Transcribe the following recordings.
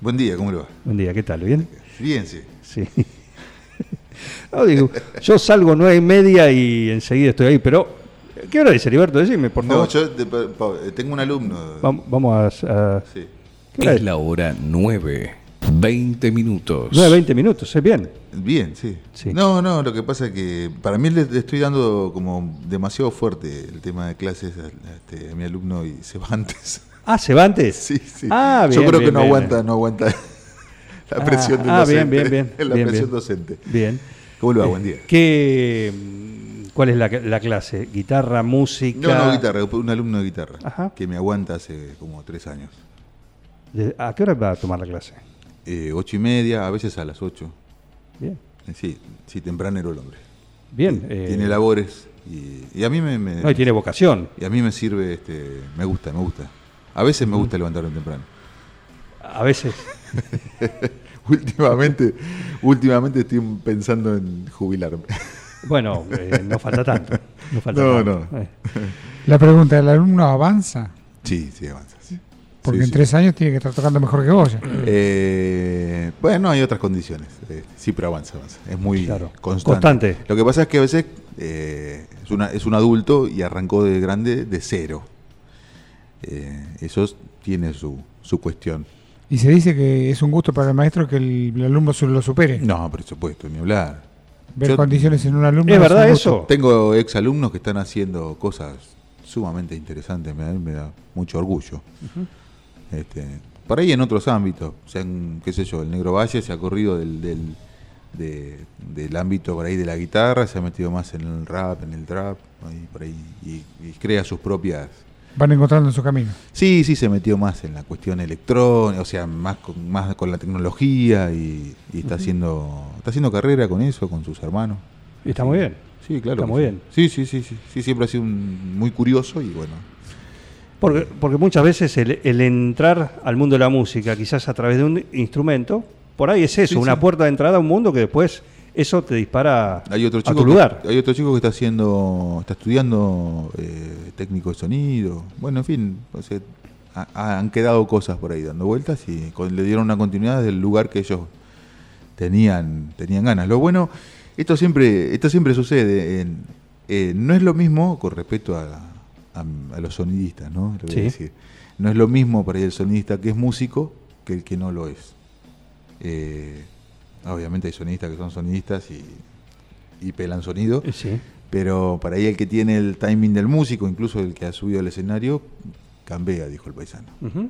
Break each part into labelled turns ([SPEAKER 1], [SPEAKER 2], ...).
[SPEAKER 1] Buen día, ¿cómo le va?
[SPEAKER 2] Buen día, ¿qué tal? ¿Bien?
[SPEAKER 1] Bien, sí.
[SPEAKER 2] Sí. No, digo, yo salgo nueve y media y enseguida estoy ahí, pero ¿qué hora dice, Heriberto? Decime, por
[SPEAKER 1] No,
[SPEAKER 2] favor.
[SPEAKER 1] yo te- pa- pa- tengo un alumno.
[SPEAKER 2] Vam- Vamos a... a-
[SPEAKER 1] Sí.
[SPEAKER 2] ¿qué hora
[SPEAKER 3] Es
[SPEAKER 2] es?
[SPEAKER 3] la hora 9, 20 minutos.
[SPEAKER 2] Nueve, veinte minutos, es bien.
[SPEAKER 1] Bien, sí.
[SPEAKER 2] Sí.
[SPEAKER 1] No, no, lo que pasa es que para mí le le estoy dando como demasiado fuerte el tema de clases a, a este- a mi alumno y se va antes.
[SPEAKER 2] Ah, ¿se va antes?
[SPEAKER 1] Sí, sí.
[SPEAKER 2] Ah, bien,
[SPEAKER 1] Yo creo
[SPEAKER 2] bien,
[SPEAKER 1] que no
[SPEAKER 2] bien,
[SPEAKER 1] aguanta, no aguanta la presión del
[SPEAKER 2] ah,
[SPEAKER 1] docente.
[SPEAKER 2] bien, bien, bien,
[SPEAKER 1] La
[SPEAKER 2] bien,
[SPEAKER 1] presión
[SPEAKER 2] bien.
[SPEAKER 1] docente.
[SPEAKER 2] Bien. Eh,
[SPEAKER 1] ¿Cómo le va? Buen día.
[SPEAKER 2] ¿Qué, mm, ¿Cuál es la, la clase? ¿Guitarra, música?
[SPEAKER 1] No, no, guitarra, un alumno de guitarra
[SPEAKER 2] Ajá.
[SPEAKER 1] que me aguanta hace como tres años.
[SPEAKER 2] De- ¿A qué hora va a tomar la clase?
[SPEAKER 1] Eh, ocho y media, a veces a las ocho. Eh,
[SPEAKER 2] Bien,
[SPEAKER 1] Sí, sí, tempranero el hombre.
[SPEAKER 2] bien. eh,
[SPEAKER 1] Tiene labores y, y a mí me, me-
[SPEAKER 2] no, y tiene vocación.
[SPEAKER 1] y a mí me sirve, este, me gusta, me gusta. A veces me gusta levantarme temprano.
[SPEAKER 2] A veces.
[SPEAKER 1] Últimamente, últimamente estoy pensando en jubilarme.
[SPEAKER 2] Bueno, eh, no falta tanto. No, falta
[SPEAKER 1] No,
[SPEAKER 2] tanto.
[SPEAKER 1] no.
[SPEAKER 2] Eh,
[SPEAKER 4] La pregunta, ¿el alumno avanza?
[SPEAKER 1] Sí, sí, avanza. sí.
[SPEAKER 4] Porque
[SPEAKER 1] Sí,
[SPEAKER 4] en
[SPEAKER 1] sí.
[SPEAKER 4] tres años tiene que estar tocando mejor que vos ya.
[SPEAKER 1] Eh, bueno, hay otras condiciones. eh, sí, pero avanza, avanza. Es muy
[SPEAKER 2] Claro,
[SPEAKER 1] constante.
[SPEAKER 2] constante.
[SPEAKER 1] Lo que pasa es que a veces eh, es, una- es un adulto y arrancó de grande de cero. Eh, eso tiene su, su cuestión.
[SPEAKER 4] Y se dice que es un gusto para el maestro que el, el alumno su- lo supere.
[SPEAKER 1] No, por supuesto, ni hablar.
[SPEAKER 4] Ver
[SPEAKER 1] Yo-
[SPEAKER 4] condiciones en un alumno.
[SPEAKER 2] ¿Es
[SPEAKER 4] un
[SPEAKER 2] verdad
[SPEAKER 4] gusto.
[SPEAKER 2] eso?
[SPEAKER 1] Tengo ex alumnos que están haciendo cosas sumamente interesantes, me da, me da mucho orgullo. Este, por ahí en otros ámbitos, se han, qué sé yo, el Negro Valle se ha corrido del, del, de- del ámbito por ahí de la guitarra, se ha metido más en el rap, en el trap, ahí por ahí, y, y crea sus propias...
[SPEAKER 4] Van encontrando su camino.
[SPEAKER 1] Sí, sí, se metió más en la cuestión electrónica, o sea, más con, más con la tecnología y, y está, haciendo, está haciendo carrera con eso, con sus hermanos.
[SPEAKER 2] Y Está muy bien.
[SPEAKER 1] Sí, claro.
[SPEAKER 2] Está
[SPEAKER 1] que sí.
[SPEAKER 2] muy bien.
[SPEAKER 1] Sí, sí, sí, sí, sí, siempre ha sido un- muy curioso y bueno.
[SPEAKER 2] Porque, porque muchas veces el, el entrar al mundo de la música, quizás a través de un instrumento, por ahí es eso,
[SPEAKER 1] Sí,
[SPEAKER 2] una
[SPEAKER 1] sí.
[SPEAKER 2] puerta de entrada a un mundo que después eso te dispara
[SPEAKER 1] Hay otro
[SPEAKER 2] a
[SPEAKER 1] chico
[SPEAKER 2] tu
[SPEAKER 1] que,
[SPEAKER 2] lugar.
[SPEAKER 1] Hay otro chico que está haciendo, está estudiando eh, técnico de sonido. Bueno, en fin, o sea, ha- ha- han quedado cosas por ahí dando vueltas y con- le dieron una continuidad del lugar que ellos tenían, tenían ganas. Lo bueno, esto siempre, esto siempre sucede. en- eh, no es lo mismo con respecto a, a- a los sonidistas, ¿no? Lo voy a
[SPEAKER 2] Sí.
[SPEAKER 1] decir. No es lo mismo para el sonidista que es músico que el que no lo es. Eh, obviamente hay sonidistas que son sonidistas y, y pelan sonido,
[SPEAKER 2] Eh, Sí.
[SPEAKER 1] pero para ahí el que tiene el timing del músico, incluso el que ha subido al escenario, cambia, dijo el paisano.
[SPEAKER 2] Ujú.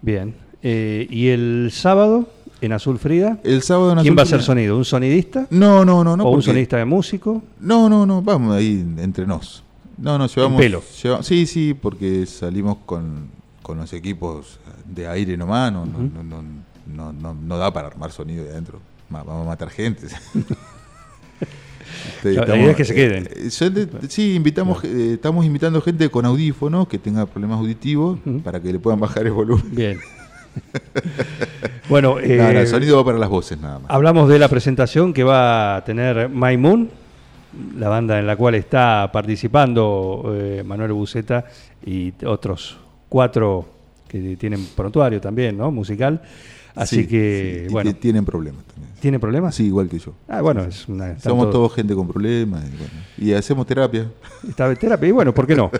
[SPEAKER 2] Bien. Eh, y el sábado, en Azul Frida,
[SPEAKER 1] El sábado en
[SPEAKER 2] ¿quién va a
[SPEAKER 1] Azul Frida-
[SPEAKER 2] ser sonido? ¿Un sonidista?
[SPEAKER 1] No, no, no, no.
[SPEAKER 2] ¿O un
[SPEAKER 1] porque-
[SPEAKER 2] sonidista de músico?
[SPEAKER 1] No, no, no, vamos ahí entre nos. No, no, llevamos.
[SPEAKER 2] En pelo.
[SPEAKER 1] lleva- sí, sí, porque salimos con, con los equipos de aire nomás, no, no- no, no, no, no, no da para armar sonido de adentro. Ma- Vamos a matar gente. Este,
[SPEAKER 2] La- la idea es que se queden.
[SPEAKER 1] eh, yo te- sí, invitamos, eh, estamos invitando gente con audífonos que tenga problemas auditivos
[SPEAKER 2] Ujú.
[SPEAKER 1] para que le puedan bajar el volumen.
[SPEAKER 2] Bien. bueno, eh,
[SPEAKER 1] No, no, el sonido va para las voces nada más.
[SPEAKER 2] Hablamos de la presentación que va a tener My Moon, la banda en la cual está participando eh, Manuel Buceta y t- otros cuatro que tienen prontuario también, ¿no? Musical. Así
[SPEAKER 1] Sí, sí,
[SPEAKER 2] que,
[SPEAKER 1] y
[SPEAKER 2] bueno,
[SPEAKER 1] que tienen problemas también.
[SPEAKER 2] ¿tiene problemas?
[SPEAKER 1] Sí, igual que yo.
[SPEAKER 2] Ah, bueno, es una. están
[SPEAKER 1] Somos
[SPEAKER 2] todos-
[SPEAKER 1] todos gente con problemas y, bueno, y hacemos terapia.
[SPEAKER 2] Está en terapia. Y bueno, ¿por qué no?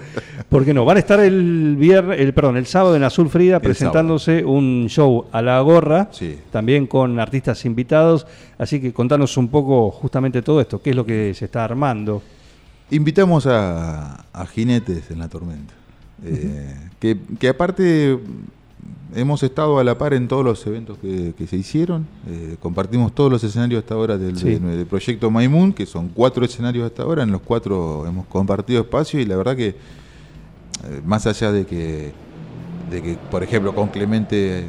[SPEAKER 2] ¿Por qué no? Van a estar el viernes, el perdón, el sábado en Azul Frida presentándose un show a la gorra,
[SPEAKER 1] Sí.
[SPEAKER 2] también con artistas invitados. Así que contanos un poco justamente todo esto, qué es lo que se está armando.
[SPEAKER 1] Invitamos a, a Jinetes en la Tormenta, eh, que, que aparte hemos estado a la par en todos los eventos que, que se hicieron, eh, compartimos todos los escenarios hasta ahora del,
[SPEAKER 2] Sí.
[SPEAKER 1] del- del proyecto My Moon, que son cuatro escenarios hasta ahora, en los cuatro hemos compartido espacio y la verdad que eh, más allá de que de que, por ejemplo, con Clemente, eh,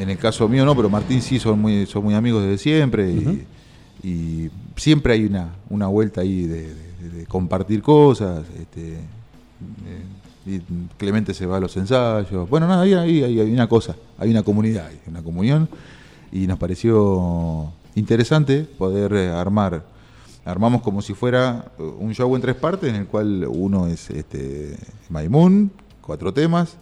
[SPEAKER 1] en el caso mío no, pero Martín sí, son muy, son muy amigos desde siempre y, y siempre hay una, una vuelta ahí de, de- de compartir cosas. este, eh, y Clemente se va a los ensayos. Bueno, nada, ahí, ahí- ahí hay una cosa, hay una comunidad, hay una comunión y nos pareció interesante poder eh, armar. Armamos como si fuera eh, un show en tres partes, en el cual uno es este, Maimun, cuatro temas,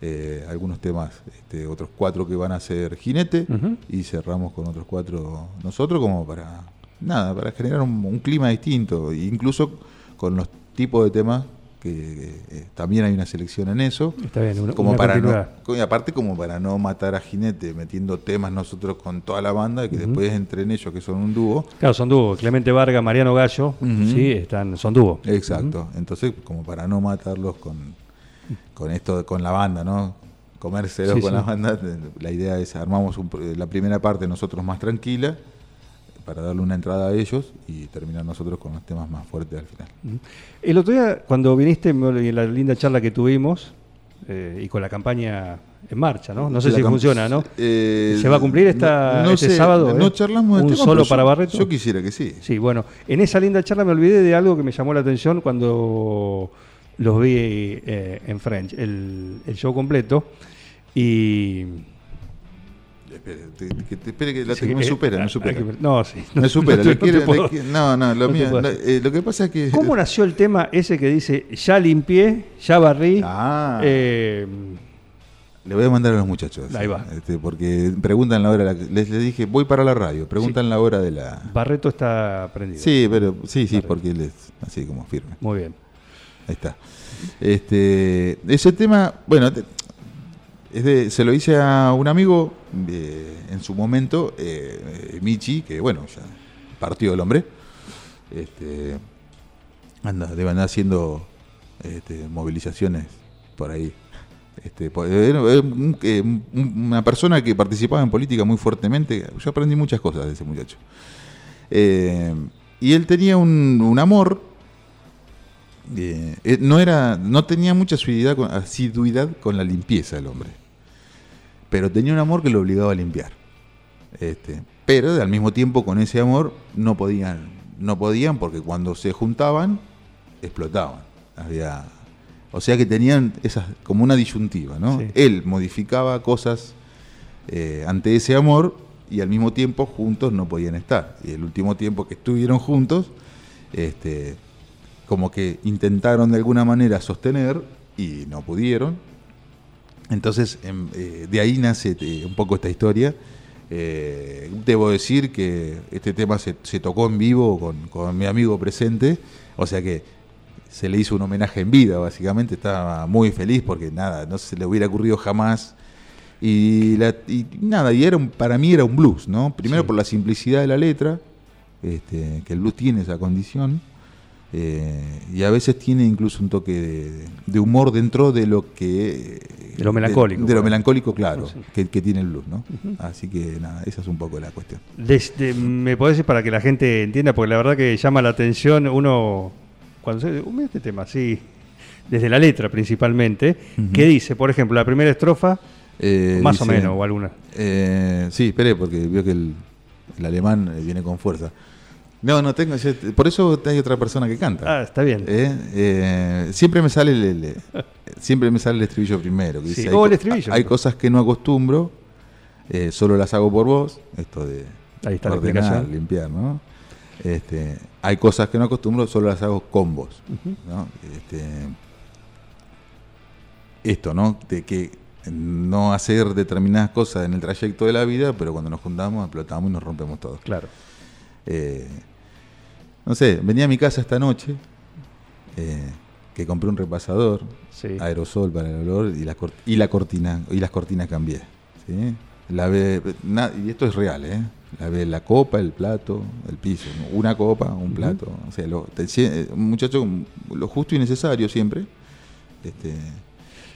[SPEAKER 1] eh, algunos temas, este, otros cuatro que van a ser jinete,
[SPEAKER 2] Ujú.
[SPEAKER 1] y cerramos con otros cuatro nosotros, como para nada, para generar un, un clima distinto, incluso con los tipos de temas que eh, también hay una selección en eso
[SPEAKER 2] Está bien, una-
[SPEAKER 1] como
[SPEAKER 2] una
[SPEAKER 1] para no,
[SPEAKER 2] continuidad.
[SPEAKER 1] y aparte como para no matar a Jinete metiendo temas nosotros con toda la banda que después entren ellos que son un dúo
[SPEAKER 2] Claro, son dúo. Clemente Vargas, Mariano Gallo,
[SPEAKER 1] Ujú. Eh.
[SPEAKER 2] sí, están, son dúo.
[SPEAKER 1] exacto entonces como para no matarlos con con esto de- con la banda no comérselos
[SPEAKER 2] Sí,
[SPEAKER 1] con
[SPEAKER 2] sí.
[SPEAKER 1] la banda la idea es armamos un pr- la primera parte nosotros más tranquila para darle una entrada a ellos y terminar nosotros con los temas más fuertes al final
[SPEAKER 2] El otro día, cuando viniste, me olvidé la linda charla que tuvimos eh, y con la campaña en marcha, ¿no? No sé
[SPEAKER 1] La
[SPEAKER 2] si
[SPEAKER 1] camp-
[SPEAKER 2] funciona, ¿no?
[SPEAKER 1] Eh,
[SPEAKER 2] ¿Se va a cumplir esta, este
[SPEAKER 1] sé,
[SPEAKER 2] sábado?
[SPEAKER 1] no
[SPEAKER 2] eh?
[SPEAKER 1] charlamos del
[SPEAKER 2] ¿Un
[SPEAKER 1] tema,
[SPEAKER 2] solo
[SPEAKER 1] pero
[SPEAKER 2] para
[SPEAKER 1] yo-
[SPEAKER 2] Barreto?
[SPEAKER 1] yo quisiera que sí
[SPEAKER 2] Sí, bueno, en esa linda charla me olvidé de algo que me llamó la atención cuando los vi eh, en French, el, el show completo. Y.
[SPEAKER 1] Espere, te- que te- espere que la-
[SPEAKER 2] sí,
[SPEAKER 1] que me
[SPEAKER 2] eh,
[SPEAKER 1] supera,
[SPEAKER 2] ah,
[SPEAKER 1] me supera.
[SPEAKER 2] ah, que- No, sí.
[SPEAKER 1] Me supera,
[SPEAKER 2] no
[SPEAKER 1] le
[SPEAKER 2] te- no
[SPEAKER 1] quiere- le
[SPEAKER 2] te puedo-
[SPEAKER 1] qui- no, no, lo
[SPEAKER 2] no te
[SPEAKER 1] mío,
[SPEAKER 2] puedo
[SPEAKER 1] no,
[SPEAKER 2] hacer.
[SPEAKER 1] eh, lo que pasa es que...
[SPEAKER 2] ¿Cómo nació el tema ese que dice ya limpié, ya barrí?
[SPEAKER 1] Ah.
[SPEAKER 2] eh,
[SPEAKER 1] Le voy a mandar a los muchachos.
[SPEAKER 2] Ahí va.
[SPEAKER 1] este, porque preguntan la hora, de la- les, les dije, voy para la radio, preguntan la hora de la...
[SPEAKER 2] Barreto está prendido.
[SPEAKER 1] Sí, pero sí, sí, porque les, así como firme.
[SPEAKER 2] Muy bien.
[SPEAKER 1] Ahí está. Este, ese tema, bueno, te- es de- se lo hice a un amigo eh, en su momento, eh, eh, Michi, que bueno, ya partió el hombre. Este, anda, debe andar haciendo este, movilizaciones por ahí. Este, po- era- era un- eh, un- una persona que participaba en política muy fuertemente. Yo aprendí muchas cosas de ese muchacho. Eh, y él tenía un, un amor. eh, eh, no, era, no tenía mucha asiduidad con, asiduidad con la limpieza el hombre. Pero tenía un amor que lo obligaba a limpiar. Este, pero al mismo tiempo con ese amor no podían, no podían porque cuando se juntaban explotaban. Había, o sea que tenían esas, como una disyuntiva, ¿no?
[SPEAKER 2] Sí.
[SPEAKER 1] Él modificaba cosas eh, ante ese amor y al mismo tiempo juntos no podían estar. Y el último tiempo que estuvieron juntos, este, como que intentaron de alguna manera sostener y no pudieron. Entonces, em, eh, de ahí nace eh, un poco esta historia. Eh, debo decir que este tema se, se tocó en vivo con, con mi amigo presente, o sea que se le hizo un homenaje en vida, básicamente. Estaba muy feliz porque nada, no se le hubiera ocurrido jamás. Y, la- y nada, y era un- para mí era un blues, ¿no? Primero
[SPEAKER 2] Sí.
[SPEAKER 1] por la simplicidad de la letra, este, que el blues tiene esa condición. Eh, y a veces tiene incluso un toque de, de humor dentro de lo que...
[SPEAKER 2] De lo
[SPEAKER 1] De,
[SPEAKER 2] melancólico,
[SPEAKER 1] lo
[SPEAKER 2] claro. Ah,
[SPEAKER 1] melancólico, claro,
[SPEAKER 2] Sí.
[SPEAKER 1] que, que tiene el blues, ¿no? Así que nada, esa es un poco la cuestión.
[SPEAKER 2] Desde- ¿Me podés decir para que la gente entienda? Porque la verdad que llama la atención uno cuando se "Uh, mira este tema, sí, desde la letra principalmente, que dice, por ejemplo, la primera estrofa,
[SPEAKER 1] Eh,
[SPEAKER 2] más o
[SPEAKER 1] dice-
[SPEAKER 2] menos, o alguna.
[SPEAKER 1] Eh, sí, esperé, porque vio que el, el alemán eh, viene con fuerza. No, no tengo... yo- por eso hay otra persona que canta.
[SPEAKER 2] Ah, está bien.
[SPEAKER 1] Eh, eh, siempre me sale el, el- siempre me sale el estribillo primero. que
[SPEAKER 2] Sí,
[SPEAKER 1] dice,
[SPEAKER 2] o
[SPEAKER 1] hay
[SPEAKER 2] el
[SPEAKER 1] co-
[SPEAKER 2] estribillo.
[SPEAKER 1] Hay cosas que no acostumbro, eh, solo las hago por vos. Esto de
[SPEAKER 2] Ahí está la
[SPEAKER 1] ordenar,
[SPEAKER 2] explicación.
[SPEAKER 1] limpiar, ¿no? Este, hay cosas que no acostumbro, solo las hago con vos. ¿no? Este, esto, ¿no? De que no hacer determinadas cosas en el trayecto de la vida, pero cuando nos juntamos, explotamos y nos rompemos todos.
[SPEAKER 2] Claro.
[SPEAKER 1] Eh, no sé, venía a mi casa esta noche, eh, que compré un repasador,
[SPEAKER 2] Sí.
[SPEAKER 1] aerosol para el olor y la, cor- y la cortina y las cortinas cambié. ¿sí? Lavé- na- y esto es real, ¿eh? Lavé la copa, el plato, el piso, ¿no? una copa, un plato. O sea, lo, te- si- eh, un muchacho, con lo justo y necesario siempre. Este,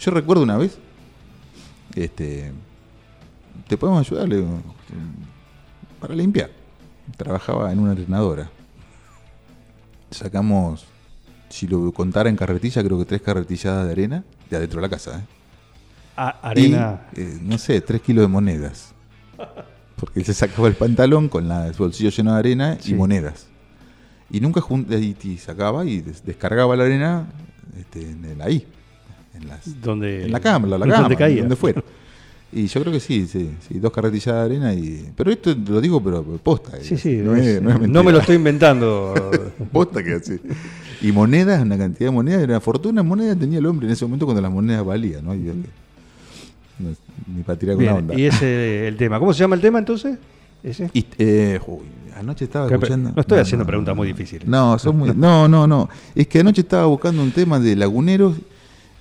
[SPEAKER 1] yo recuerdo una vez, este, te podemos ayudar, le digo, para limpiar. Trabajaba en una entrenadora. Sacamos, si lo contara en carretilla, creo que tres carretilladas de arena de adentro de la casa. ¿eh?
[SPEAKER 2] a- "Ah, arena.
[SPEAKER 1] Y, eh, no sé, 3 kilos de monedas. Porque él se sacaba el pantalón con la- el bolsillo lleno de arena
[SPEAKER 2] Sí.
[SPEAKER 1] y monedas. Y nunca jun- y, y sacaba y des- descargaba la arena este, en el- ahí. En, las-
[SPEAKER 2] donde,
[SPEAKER 1] en la cámara, la
[SPEAKER 2] Eh, donde
[SPEAKER 1] cámara,
[SPEAKER 2] caía.
[SPEAKER 1] donde fuera. Y yo creo que sí, sí, sí, dos carretilladas de arena y... Pero esto lo digo, pero posta. eh,
[SPEAKER 2] Sí, sí,
[SPEAKER 1] no, es- no es
[SPEAKER 2] no me
[SPEAKER 1] mentira.
[SPEAKER 2] lo estoy inventando.
[SPEAKER 1] Posta que así. Y monedas, una cantidad de monedas, era una fortuna en monedas tenía el hombre en ese momento cuando las monedas valían, ¿no? Y yo que- no, ni para tirar con
[SPEAKER 2] Bien,
[SPEAKER 1] una onda.
[SPEAKER 2] y ese es el tema. ¿Cómo se llama el tema entonces? Ese.
[SPEAKER 1] Y, eh, uy, anoche estaba
[SPEAKER 2] Que, pero,
[SPEAKER 1] escuchando.
[SPEAKER 2] no estoy haciendo preguntas muy difíciles.
[SPEAKER 1] No, son muy- no, no, no. Es que anoche estaba buscando un tema de laguneros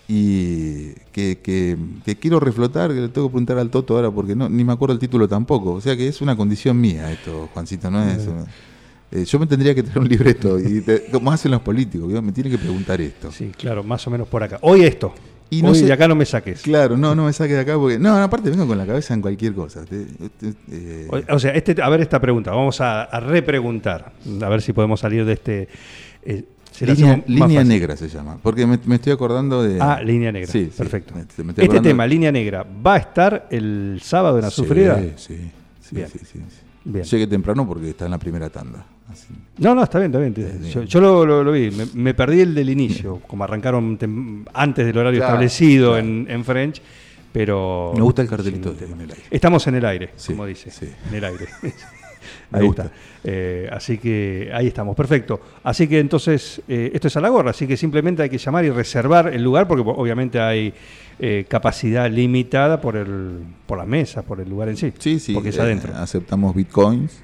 [SPEAKER 1] y que, que- que quiero reflotar, que le tengo que preguntar al Toto ahora porque no, ni me acuerdo el título tampoco. O sea que es una condición mía esto, Juancito, no es. una- eh, yo me tendría que traer un libreto, y te- como hacen los políticos, ¿vio? me tienen que preguntar esto.
[SPEAKER 2] Sí, claro, más o menos por acá. Hoy esto.
[SPEAKER 1] Y no
[SPEAKER 2] Hoy
[SPEAKER 1] sé-
[SPEAKER 2] de acá no me saques.
[SPEAKER 1] Claro, no, no me saque de acá porque. No, no, aparte vengo con la cabeza en cualquier cosa. Te- te- eh,
[SPEAKER 2] O, o sea, este, a ver esta pregunta. Vamos a, a repreguntar. A ver si podemos salir de este. eh, se la
[SPEAKER 1] línea
[SPEAKER 2] hacemos más
[SPEAKER 1] línea
[SPEAKER 2] fácil.
[SPEAKER 1] negra se llama, porque me, me estoy acordando de.
[SPEAKER 2] Ah, línea negra.
[SPEAKER 1] Sí, sí,
[SPEAKER 2] Perfecto.
[SPEAKER 1] me- me estoy
[SPEAKER 2] este
[SPEAKER 1] acordando-
[SPEAKER 2] tema, línea negra, ¿va a estar el sábado en la sufrida?
[SPEAKER 1] Sí, sí, sí,
[SPEAKER 2] Bien.
[SPEAKER 1] sí, sí, sí.
[SPEAKER 2] Bien.
[SPEAKER 1] Llegué temprano porque está en la primera tanda. así.
[SPEAKER 2] No, no, está bien, está bien.
[SPEAKER 1] Sí, sí.
[SPEAKER 2] Yo, yo lo, lo- lo vi, me, me perdí el del inicio, como arrancaron tem- antes del horario
[SPEAKER 1] Claro,
[SPEAKER 2] establecido En, en French, pero...
[SPEAKER 1] Me gusta el cartelito
[SPEAKER 2] sin
[SPEAKER 1] de-
[SPEAKER 2] tema.
[SPEAKER 1] en el aire.
[SPEAKER 2] Estamos en el aire,
[SPEAKER 1] Sí,
[SPEAKER 2] como dice,
[SPEAKER 1] sí.
[SPEAKER 2] en el aire.
[SPEAKER 1] Me
[SPEAKER 2] ahí
[SPEAKER 1] gusta.
[SPEAKER 2] está. Eh, así que ahí estamos, perfecto. Así que entonces, eh, esto es a la gorra, así que simplemente hay que llamar y reservar el lugar, porque obviamente hay eh, capacidad limitada por, el, por las mesas, por el lugar en sí.
[SPEAKER 1] Sí, sí.
[SPEAKER 2] Porque es
[SPEAKER 1] eh,
[SPEAKER 2] adentro.
[SPEAKER 1] aceptamos bitcoins.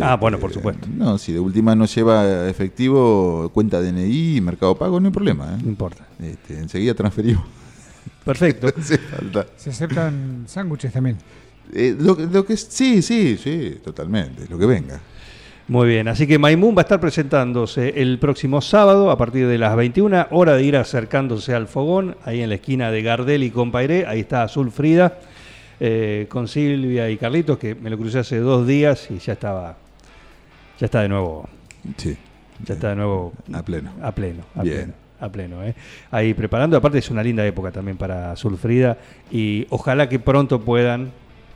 [SPEAKER 2] Ah, bueno, por
[SPEAKER 1] Eh,
[SPEAKER 2] supuesto.
[SPEAKER 1] No, si de última no lleva efectivo, cuenta DNI, mercado pago, no hay problema.
[SPEAKER 2] No
[SPEAKER 1] ¿eh?
[SPEAKER 2] importa.
[SPEAKER 1] Este, enseguida transferimos.
[SPEAKER 2] Mm. Perfecto.
[SPEAKER 1] No hace falta.
[SPEAKER 4] Se aceptan sándwiches también.
[SPEAKER 1] Eh, lo, que- lo que es- sí, sí, sí, totalmente, lo que venga.
[SPEAKER 2] Muy bien, así que Maimun va a estar presentándose el próximo sábado a partir de las 21, hora de ir acercándose al fogón, ahí en la esquina de Gardel y Compairé, ahí está Azul Frida, eh, con Silvia y Carlitos, que me lo crucé hace dos días y ya estaba, ya está de nuevo,
[SPEAKER 1] Sí.
[SPEAKER 2] ya está de nuevo
[SPEAKER 1] A pleno.
[SPEAKER 2] a pleno, a
[SPEAKER 1] Bien.
[SPEAKER 2] pleno. A pleno, ¿eh? Ahí preparando, aparte es una linda época también para Azul Frida y ojalá que pronto puedan,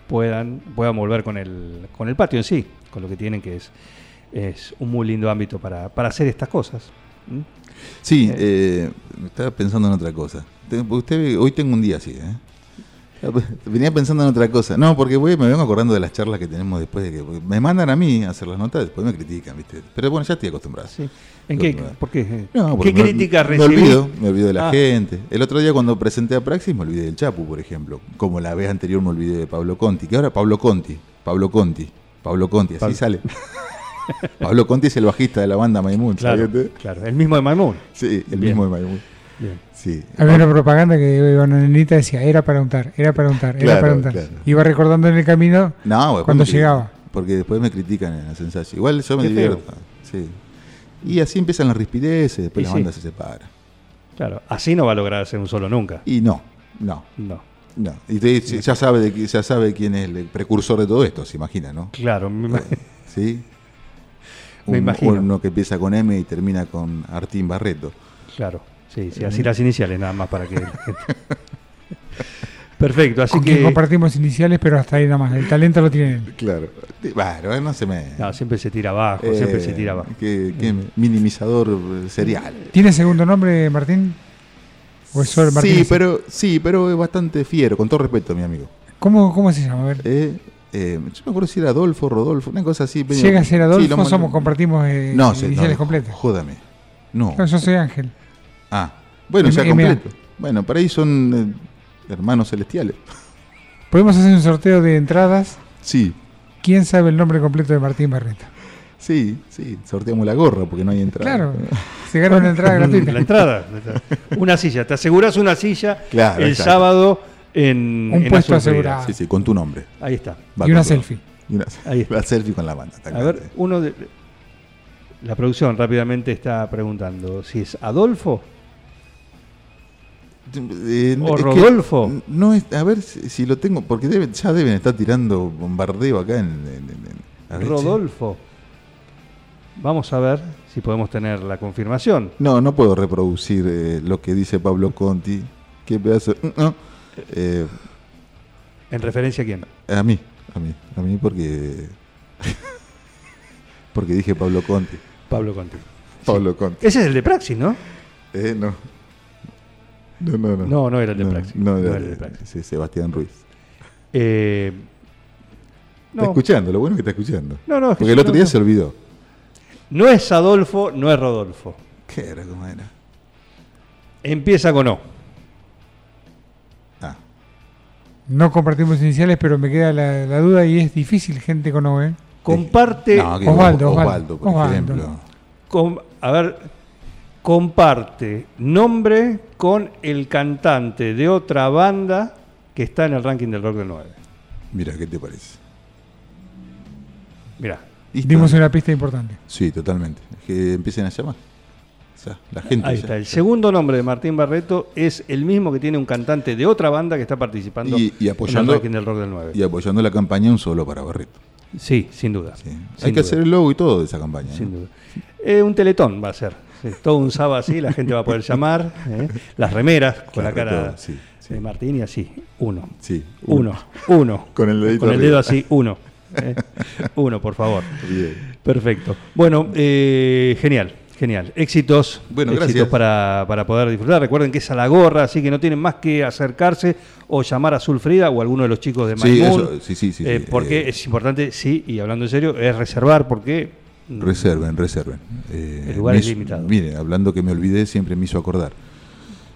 [SPEAKER 2] puedan, puedan volver con el, con el patio en sí, con lo que tienen que es, es un muy lindo ámbito para, para hacer estas cosas. ¿m?
[SPEAKER 1] Sí, eh, estaba pensando en otra cosa. Te- Usted, ve- hoy tengo un día así, ¿eh? Venía pensando en otra cosa. No, porque voy, me vengo acordando de las charlas que tenemos después de que porque me mandan a mí a hacer las notas, después me critican, ¿viste? Pero bueno, ya estoy acostumbrado.
[SPEAKER 2] ¿En qué,
[SPEAKER 1] Bueno.
[SPEAKER 2] por qué?
[SPEAKER 1] No,
[SPEAKER 2] ¿Qué
[SPEAKER 1] porque me-
[SPEAKER 2] críticas
[SPEAKER 1] me,
[SPEAKER 2] recibí?
[SPEAKER 1] olvido, me olvido de la
[SPEAKER 2] Ah.
[SPEAKER 1] gente. El otro día cuando presenté a Praxis me olvidé del Chapu, por ejemplo. Como la vez anterior me olvidé de Pablo Conti, que ahora Pablo Conti, Pablo Conti, Pablo Conti, así
[SPEAKER 2] Pablo.
[SPEAKER 1] sale. Pablo Conti es el bajista de la banda Maimun,
[SPEAKER 2] Claro,
[SPEAKER 1] ¿sabías?
[SPEAKER 2] claro, el mismo de Maimun.
[SPEAKER 1] Sí, el
[SPEAKER 2] Bien.
[SPEAKER 1] mismo de Maimun.
[SPEAKER 2] Bien.
[SPEAKER 1] Sí.
[SPEAKER 4] Había una propaganda que iba una nenita y decía, era para untar, era para untar, era
[SPEAKER 1] Claro,
[SPEAKER 4] para untar.
[SPEAKER 1] claro.
[SPEAKER 4] Iba recordando en el camino
[SPEAKER 1] No, después
[SPEAKER 4] cuando
[SPEAKER 1] me critican,
[SPEAKER 4] llegaba.
[SPEAKER 1] Porque después me critican en el ensayo. Igual yo me
[SPEAKER 2] Qué feo.
[SPEAKER 1] divierto. Sí. Y así empiezan las rispideces, después
[SPEAKER 2] Y
[SPEAKER 1] la
[SPEAKER 2] sí.
[SPEAKER 1] banda se separa.
[SPEAKER 2] Claro, así no va a lograr hacer un solo nunca.
[SPEAKER 1] Y no, no,
[SPEAKER 2] No.
[SPEAKER 1] no. Y te- ya, sabe de qui- ya sabe quién es el precursor de todo esto, se imagina, ¿no?
[SPEAKER 2] Claro, me imag-
[SPEAKER 1] ¿Sí?
[SPEAKER 2] Me imagino.
[SPEAKER 1] Uno que empieza con M y termina con Artín Barreto.
[SPEAKER 2] Claro, sí, sí,
[SPEAKER 1] Eh.
[SPEAKER 2] así las iniciales nada más para que. la gente- Perfecto, así
[SPEAKER 4] con quien
[SPEAKER 2] que.
[SPEAKER 4] compartimos iniciales, pero hasta ahí nada más. El talento lo tiene él.
[SPEAKER 1] Claro. Bueno, no se me.
[SPEAKER 2] No, siempre se tira abajo, siempre
[SPEAKER 1] Eh,
[SPEAKER 2] se tira abajo.
[SPEAKER 1] qué- qué minimizador eh, serial.
[SPEAKER 4] ¿Tiene segundo nombre, Martín? ¿O es solo Martín?
[SPEAKER 1] Sí, pero, sí, pero es bastante fiero, con todo respeto, mi amigo.
[SPEAKER 4] ¿Cómo, cómo se llama? A ver.
[SPEAKER 1] Eh, eh, yo me acuerdo si era Adolfo, Rodolfo, una cosa así. medio-
[SPEAKER 4] Llega a ser Adolfo,
[SPEAKER 1] Sí, lo-
[SPEAKER 4] somos, compartimos eh,
[SPEAKER 1] No, sí,
[SPEAKER 4] iniciales
[SPEAKER 1] no,
[SPEAKER 4] completas.
[SPEAKER 1] Jódame. No.
[SPEAKER 4] No, yo soy Ángel.
[SPEAKER 1] Ah, bueno, ya
[SPEAKER 4] M- MA.
[SPEAKER 1] completo. Bueno, para ahí son eh, hermanos celestiales.
[SPEAKER 4] Podemos hacer un sorteo de entradas.
[SPEAKER 1] Sí,
[SPEAKER 4] ¿Quién sabe el nombre completo de Martín Barreto?
[SPEAKER 1] sí, sí. Sorteamos la gorra porque no hay entrada.
[SPEAKER 4] Claro, se gana una entrada gratuita.
[SPEAKER 2] La entrada, la entrada. Una silla, te aseguras una silla
[SPEAKER 1] Claro,
[SPEAKER 2] el
[SPEAKER 1] exacto.
[SPEAKER 2] sábado en.
[SPEAKER 4] Un
[SPEAKER 2] en
[SPEAKER 4] puesto
[SPEAKER 2] Azul Florida.
[SPEAKER 4] asegurado.
[SPEAKER 1] Sí, sí, con tu nombre.
[SPEAKER 2] Ahí está.
[SPEAKER 1] Va
[SPEAKER 4] y una
[SPEAKER 1] con tu
[SPEAKER 4] selfie.
[SPEAKER 1] nombre. Y una,
[SPEAKER 2] Ahí está.
[SPEAKER 1] la selfie con la banda. está
[SPEAKER 2] A
[SPEAKER 1] claro.
[SPEAKER 2] ver, uno de. La producción rápidamente está preguntando si es Adolfo.
[SPEAKER 1] Eh,
[SPEAKER 2] ¿O
[SPEAKER 1] es que
[SPEAKER 2] Rodolfo?
[SPEAKER 1] no es, a ver si, si lo tengo, porque deben- ya deben estar tirando bombardeo acá en. en- en- en- a ver,
[SPEAKER 2] Rodolfo. Vamos a ver si podemos tener la confirmación.
[SPEAKER 1] che. No, no puedo reproducir eh, lo que dice Pablo Conti. Qué pedazo. Mm, no. Eh,
[SPEAKER 2] ¿En referencia a quién?
[SPEAKER 1] a mí, a mí, a mí porque. porque dije Pablo Conti.
[SPEAKER 2] Pablo Conti.
[SPEAKER 1] Pablo Conti.
[SPEAKER 2] Ese es el de Praxis, ¿no?
[SPEAKER 1] Eh, no. No, no, no.
[SPEAKER 2] No, no era el de Praxis.
[SPEAKER 1] No,
[SPEAKER 2] No
[SPEAKER 1] era
[SPEAKER 2] era
[SPEAKER 1] el de Praxis. Sí, Sebastián Ruiz.
[SPEAKER 2] Eh,
[SPEAKER 1] Está
[SPEAKER 2] no,
[SPEAKER 1] escuchando, lo bueno es que está escuchando.
[SPEAKER 2] No, no, es que
[SPEAKER 1] Porque el
[SPEAKER 2] yo
[SPEAKER 1] otro
[SPEAKER 2] no-
[SPEAKER 1] día se olvidó.
[SPEAKER 2] no es Adolfo, no es Rodolfo.
[SPEAKER 1] ¿Qué era? ¿Cómo era?
[SPEAKER 2] Empieza con O.
[SPEAKER 1] Ah,
[SPEAKER 4] No compartimos iniciales, pero me queda la, la duda y es difícil, gente con O, ¿eh?
[SPEAKER 2] Comparte.
[SPEAKER 1] no, que
[SPEAKER 4] Osvaldo,
[SPEAKER 1] Os-
[SPEAKER 4] Osvaldo.
[SPEAKER 1] Osvaldo, por
[SPEAKER 4] Osvaldo.
[SPEAKER 1] ejemplo.
[SPEAKER 2] com- a ver, comparte nombre con el cantante de otra banda que está en el ranking del rock del 9.
[SPEAKER 1] Mira, ¿qué te parece?
[SPEAKER 2] Mirá,
[SPEAKER 1] ¿Listo?
[SPEAKER 4] Dimos una pista importante.
[SPEAKER 1] Sí, totalmente. Que empiecen a llamar. O sea, la gente.
[SPEAKER 2] ahí
[SPEAKER 1] ya-
[SPEAKER 2] está. El segundo nombre de Martín Barreto es el mismo que tiene un cantante de otra banda que está participando
[SPEAKER 1] Y- y
[SPEAKER 2] en
[SPEAKER 1] apoyando-
[SPEAKER 2] el ranking del rock del 9.
[SPEAKER 1] Y apoyando la campaña un solo para Barreto.
[SPEAKER 2] Sí, sin duda.
[SPEAKER 1] Sí.
[SPEAKER 2] Sin
[SPEAKER 1] Hay que
[SPEAKER 2] duda,
[SPEAKER 1] hacer el logo y todo de esa campaña.
[SPEAKER 2] Sin
[SPEAKER 1] ¿no?
[SPEAKER 2] duda. Eh, un teletón va a ser. Sí, todo un sábado así, la gente va a poder llamar. ¿eh? Las remeras con la
[SPEAKER 1] Claro,
[SPEAKER 2] cara
[SPEAKER 1] todo, sí, sí.
[SPEAKER 2] de Martín y así. Uno.
[SPEAKER 1] Sí,
[SPEAKER 2] Uno. Uno.
[SPEAKER 1] Con el dedito
[SPEAKER 2] dedo
[SPEAKER 1] arriba.
[SPEAKER 2] así, uno. ¿eh? Uno, por favor.
[SPEAKER 1] Bien.
[SPEAKER 2] Perfecto. Bueno, eh, genial, genial. Éxitos.
[SPEAKER 1] Bueno,
[SPEAKER 2] éxitos
[SPEAKER 1] gracias.
[SPEAKER 2] Para, para poder disfrutar. Recuerden que es a la gorra, así que no tienen más que acercarse o llamar a Sulfrida o alguno de los chicos de
[SPEAKER 1] Sí,
[SPEAKER 2] Maimón.
[SPEAKER 1] eso, sí, sí, sí,
[SPEAKER 2] Eh,
[SPEAKER 1] sí,
[SPEAKER 2] porque
[SPEAKER 1] eh.
[SPEAKER 2] es importante, sí, y hablando en serio, es reservar porque
[SPEAKER 1] Reserven, reserven. Eh,
[SPEAKER 2] El lugar
[SPEAKER 1] me
[SPEAKER 2] es
[SPEAKER 1] hizo-
[SPEAKER 2] limitado.
[SPEAKER 1] Mire, hablando que me olvidé, siempre me hizo acordar.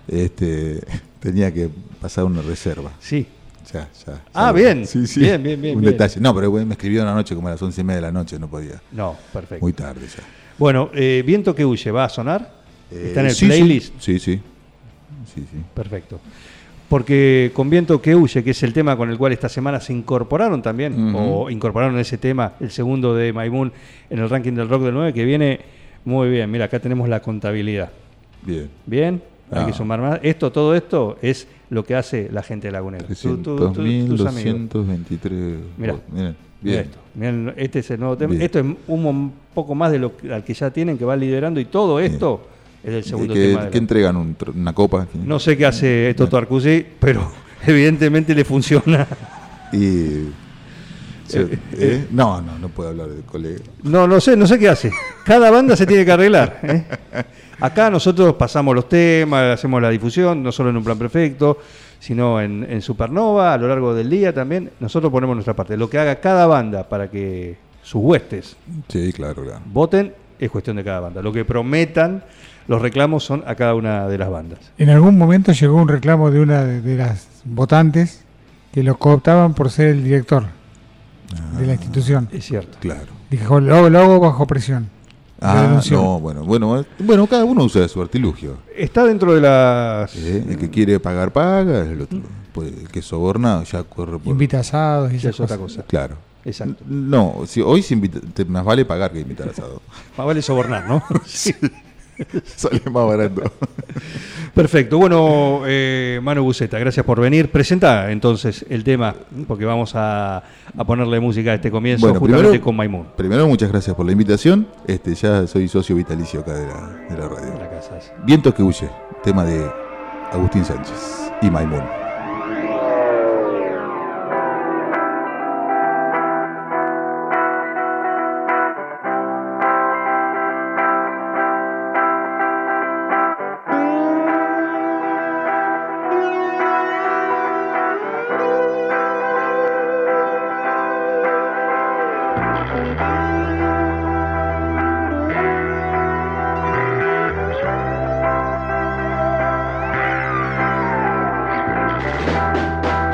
[SPEAKER 1] Este, tenía que pasar una reserva.
[SPEAKER 2] sí.
[SPEAKER 1] Ya, ya.
[SPEAKER 2] Ah,
[SPEAKER 1] Salud.
[SPEAKER 2] bien.
[SPEAKER 1] Sí, sí.
[SPEAKER 2] Bien, bien, bien,
[SPEAKER 1] Un
[SPEAKER 2] bien.
[SPEAKER 1] detalle. No, pero bueno, me escribió una noche como a las once y media de la noche, no podía.
[SPEAKER 2] No, perfecto.
[SPEAKER 1] Muy tarde ya.
[SPEAKER 2] Bueno, eh, Viento que huye, ¿va a sonar? ¿Está en
[SPEAKER 1] Eh,
[SPEAKER 2] el
[SPEAKER 1] sí,
[SPEAKER 2] playlist?
[SPEAKER 1] Sí, sí. Sí, sí.
[SPEAKER 2] Perfecto. Porque con Viento que huye, que es el tema con el cual esta semana se incorporaron también,
[SPEAKER 1] Ujú.
[SPEAKER 2] o incorporaron ese tema, el segundo de Maimun en el ranking del rock del 9, que viene muy bien. Mira, acá tenemos la contabilidad.
[SPEAKER 1] Bien.
[SPEAKER 2] Bien, hay
[SPEAKER 1] Ah.
[SPEAKER 2] que sumar más. Esto, todo esto es lo que hace la gente de Lagunera. Tú- tú- tú- tus amigos.
[SPEAKER 1] 300.223.
[SPEAKER 2] Mirá.
[SPEAKER 1] votos. Miren,
[SPEAKER 2] Mirá
[SPEAKER 1] bien. Eh,
[SPEAKER 2] esto. Mirá el- este es el nuevo tema.
[SPEAKER 1] Bien.
[SPEAKER 2] Esto es un mon- poco más de lo que, al que ya tienen, que va liderando, y todo esto es el segundo
[SPEAKER 1] ¿Qué,
[SPEAKER 2] tema. de
[SPEAKER 1] qué
[SPEAKER 2] la-
[SPEAKER 1] entregan? ¿Un tro- ¿Una copa?
[SPEAKER 2] No sé qué hace Toto Arcusi, pero evidentemente le funciona.
[SPEAKER 1] Y. se- eh, no, no, no puedo hablar de colega.
[SPEAKER 2] No, no sé, no sé qué hace. Cada banda se tiene que arreglar. ¿eh? Acá nosotros pasamos los temas, hacemos la difusión, no solo en un plan perfecto, sino en, en Supernova, a lo largo del día también. Nosotros ponemos nuestra parte. Lo que haga cada banda para que sus huestes
[SPEAKER 1] Sí, claro, claro.
[SPEAKER 2] voten es cuestión de cada banda. Lo que prometan los reclamos son a cada una de las bandas.
[SPEAKER 4] En algún momento llegó un reclamo de una de, de las votantes que lo cooptaban por ser el director de
[SPEAKER 1] Ah.
[SPEAKER 4] la institución.
[SPEAKER 2] Es cierto.
[SPEAKER 1] Claro.
[SPEAKER 4] Dijo, lo, hago- lo hago bajo presión. Lo
[SPEAKER 1] Ah,
[SPEAKER 4] denunció.
[SPEAKER 1] no, bueno, bueno, eh, bueno, cada uno usa su artilugio.
[SPEAKER 2] Está dentro de las...
[SPEAKER 1] ¿eh? El
[SPEAKER 2] Mm.
[SPEAKER 1] que quiere pagar, paga. El, otro, pues, el que soborna ya corre por.
[SPEAKER 4] Invita asados y
[SPEAKER 2] Ya
[SPEAKER 4] esas
[SPEAKER 2] es otra
[SPEAKER 4] cosas.
[SPEAKER 2] cosa.
[SPEAKER 1] Claro.
[SPEAKER 2] Exacto.
[SPEAKER 1] No, si hoy se invita, te- más vale pagar que invitar asado.
[SPEAKER 2] Más vale sobornar, ¿no? Sí.
[SPEAKER 1] Sale más barato.
[SPEAKER 2] Perfecto. Bueno, eh, Manu Buceta, gracias por venir. Presenta entonces el tema, porque vamos a, a ponerle música a este comienzo justamente con Maimón.
[SPEAKER 1] Primero, muchas gracias por la invitación. Este, ya soy socio vitalicio acá de la, de la radio.
[SPEAKER 2] La casa es-
[SPEAKER 1] Vientos que huye, tema de Agustín Sánchez y Maimón.
[SPEAKER 5] Thank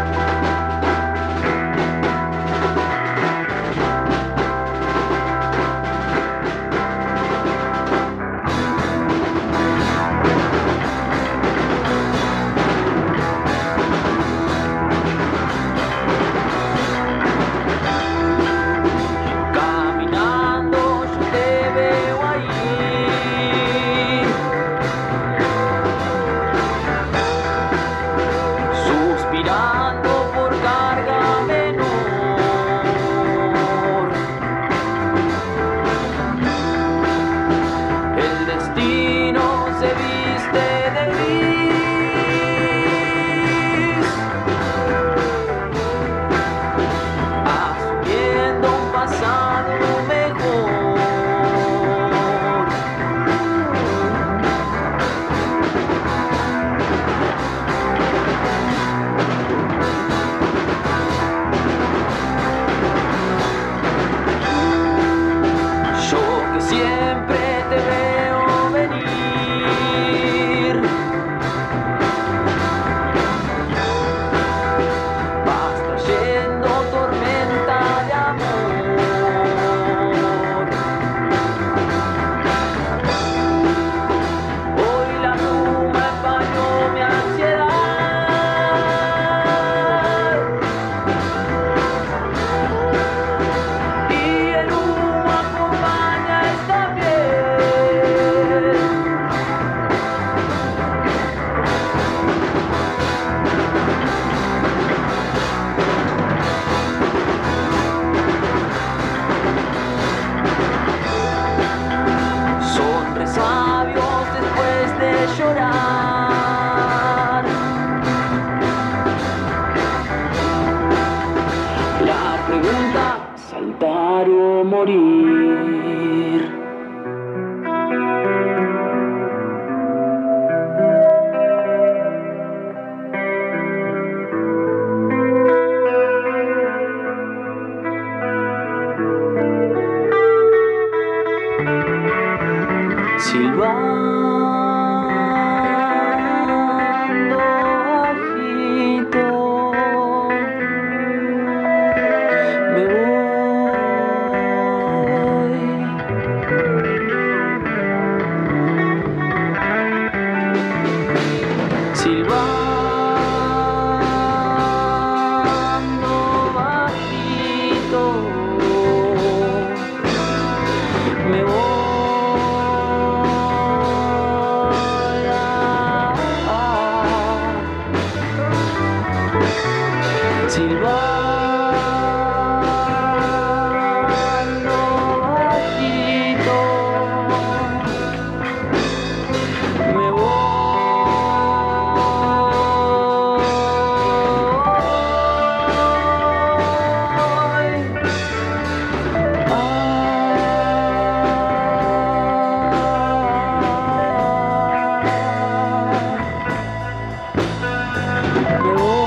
[SPEAKER 5] me voy.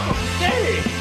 [SPEAKER 5] ustedes!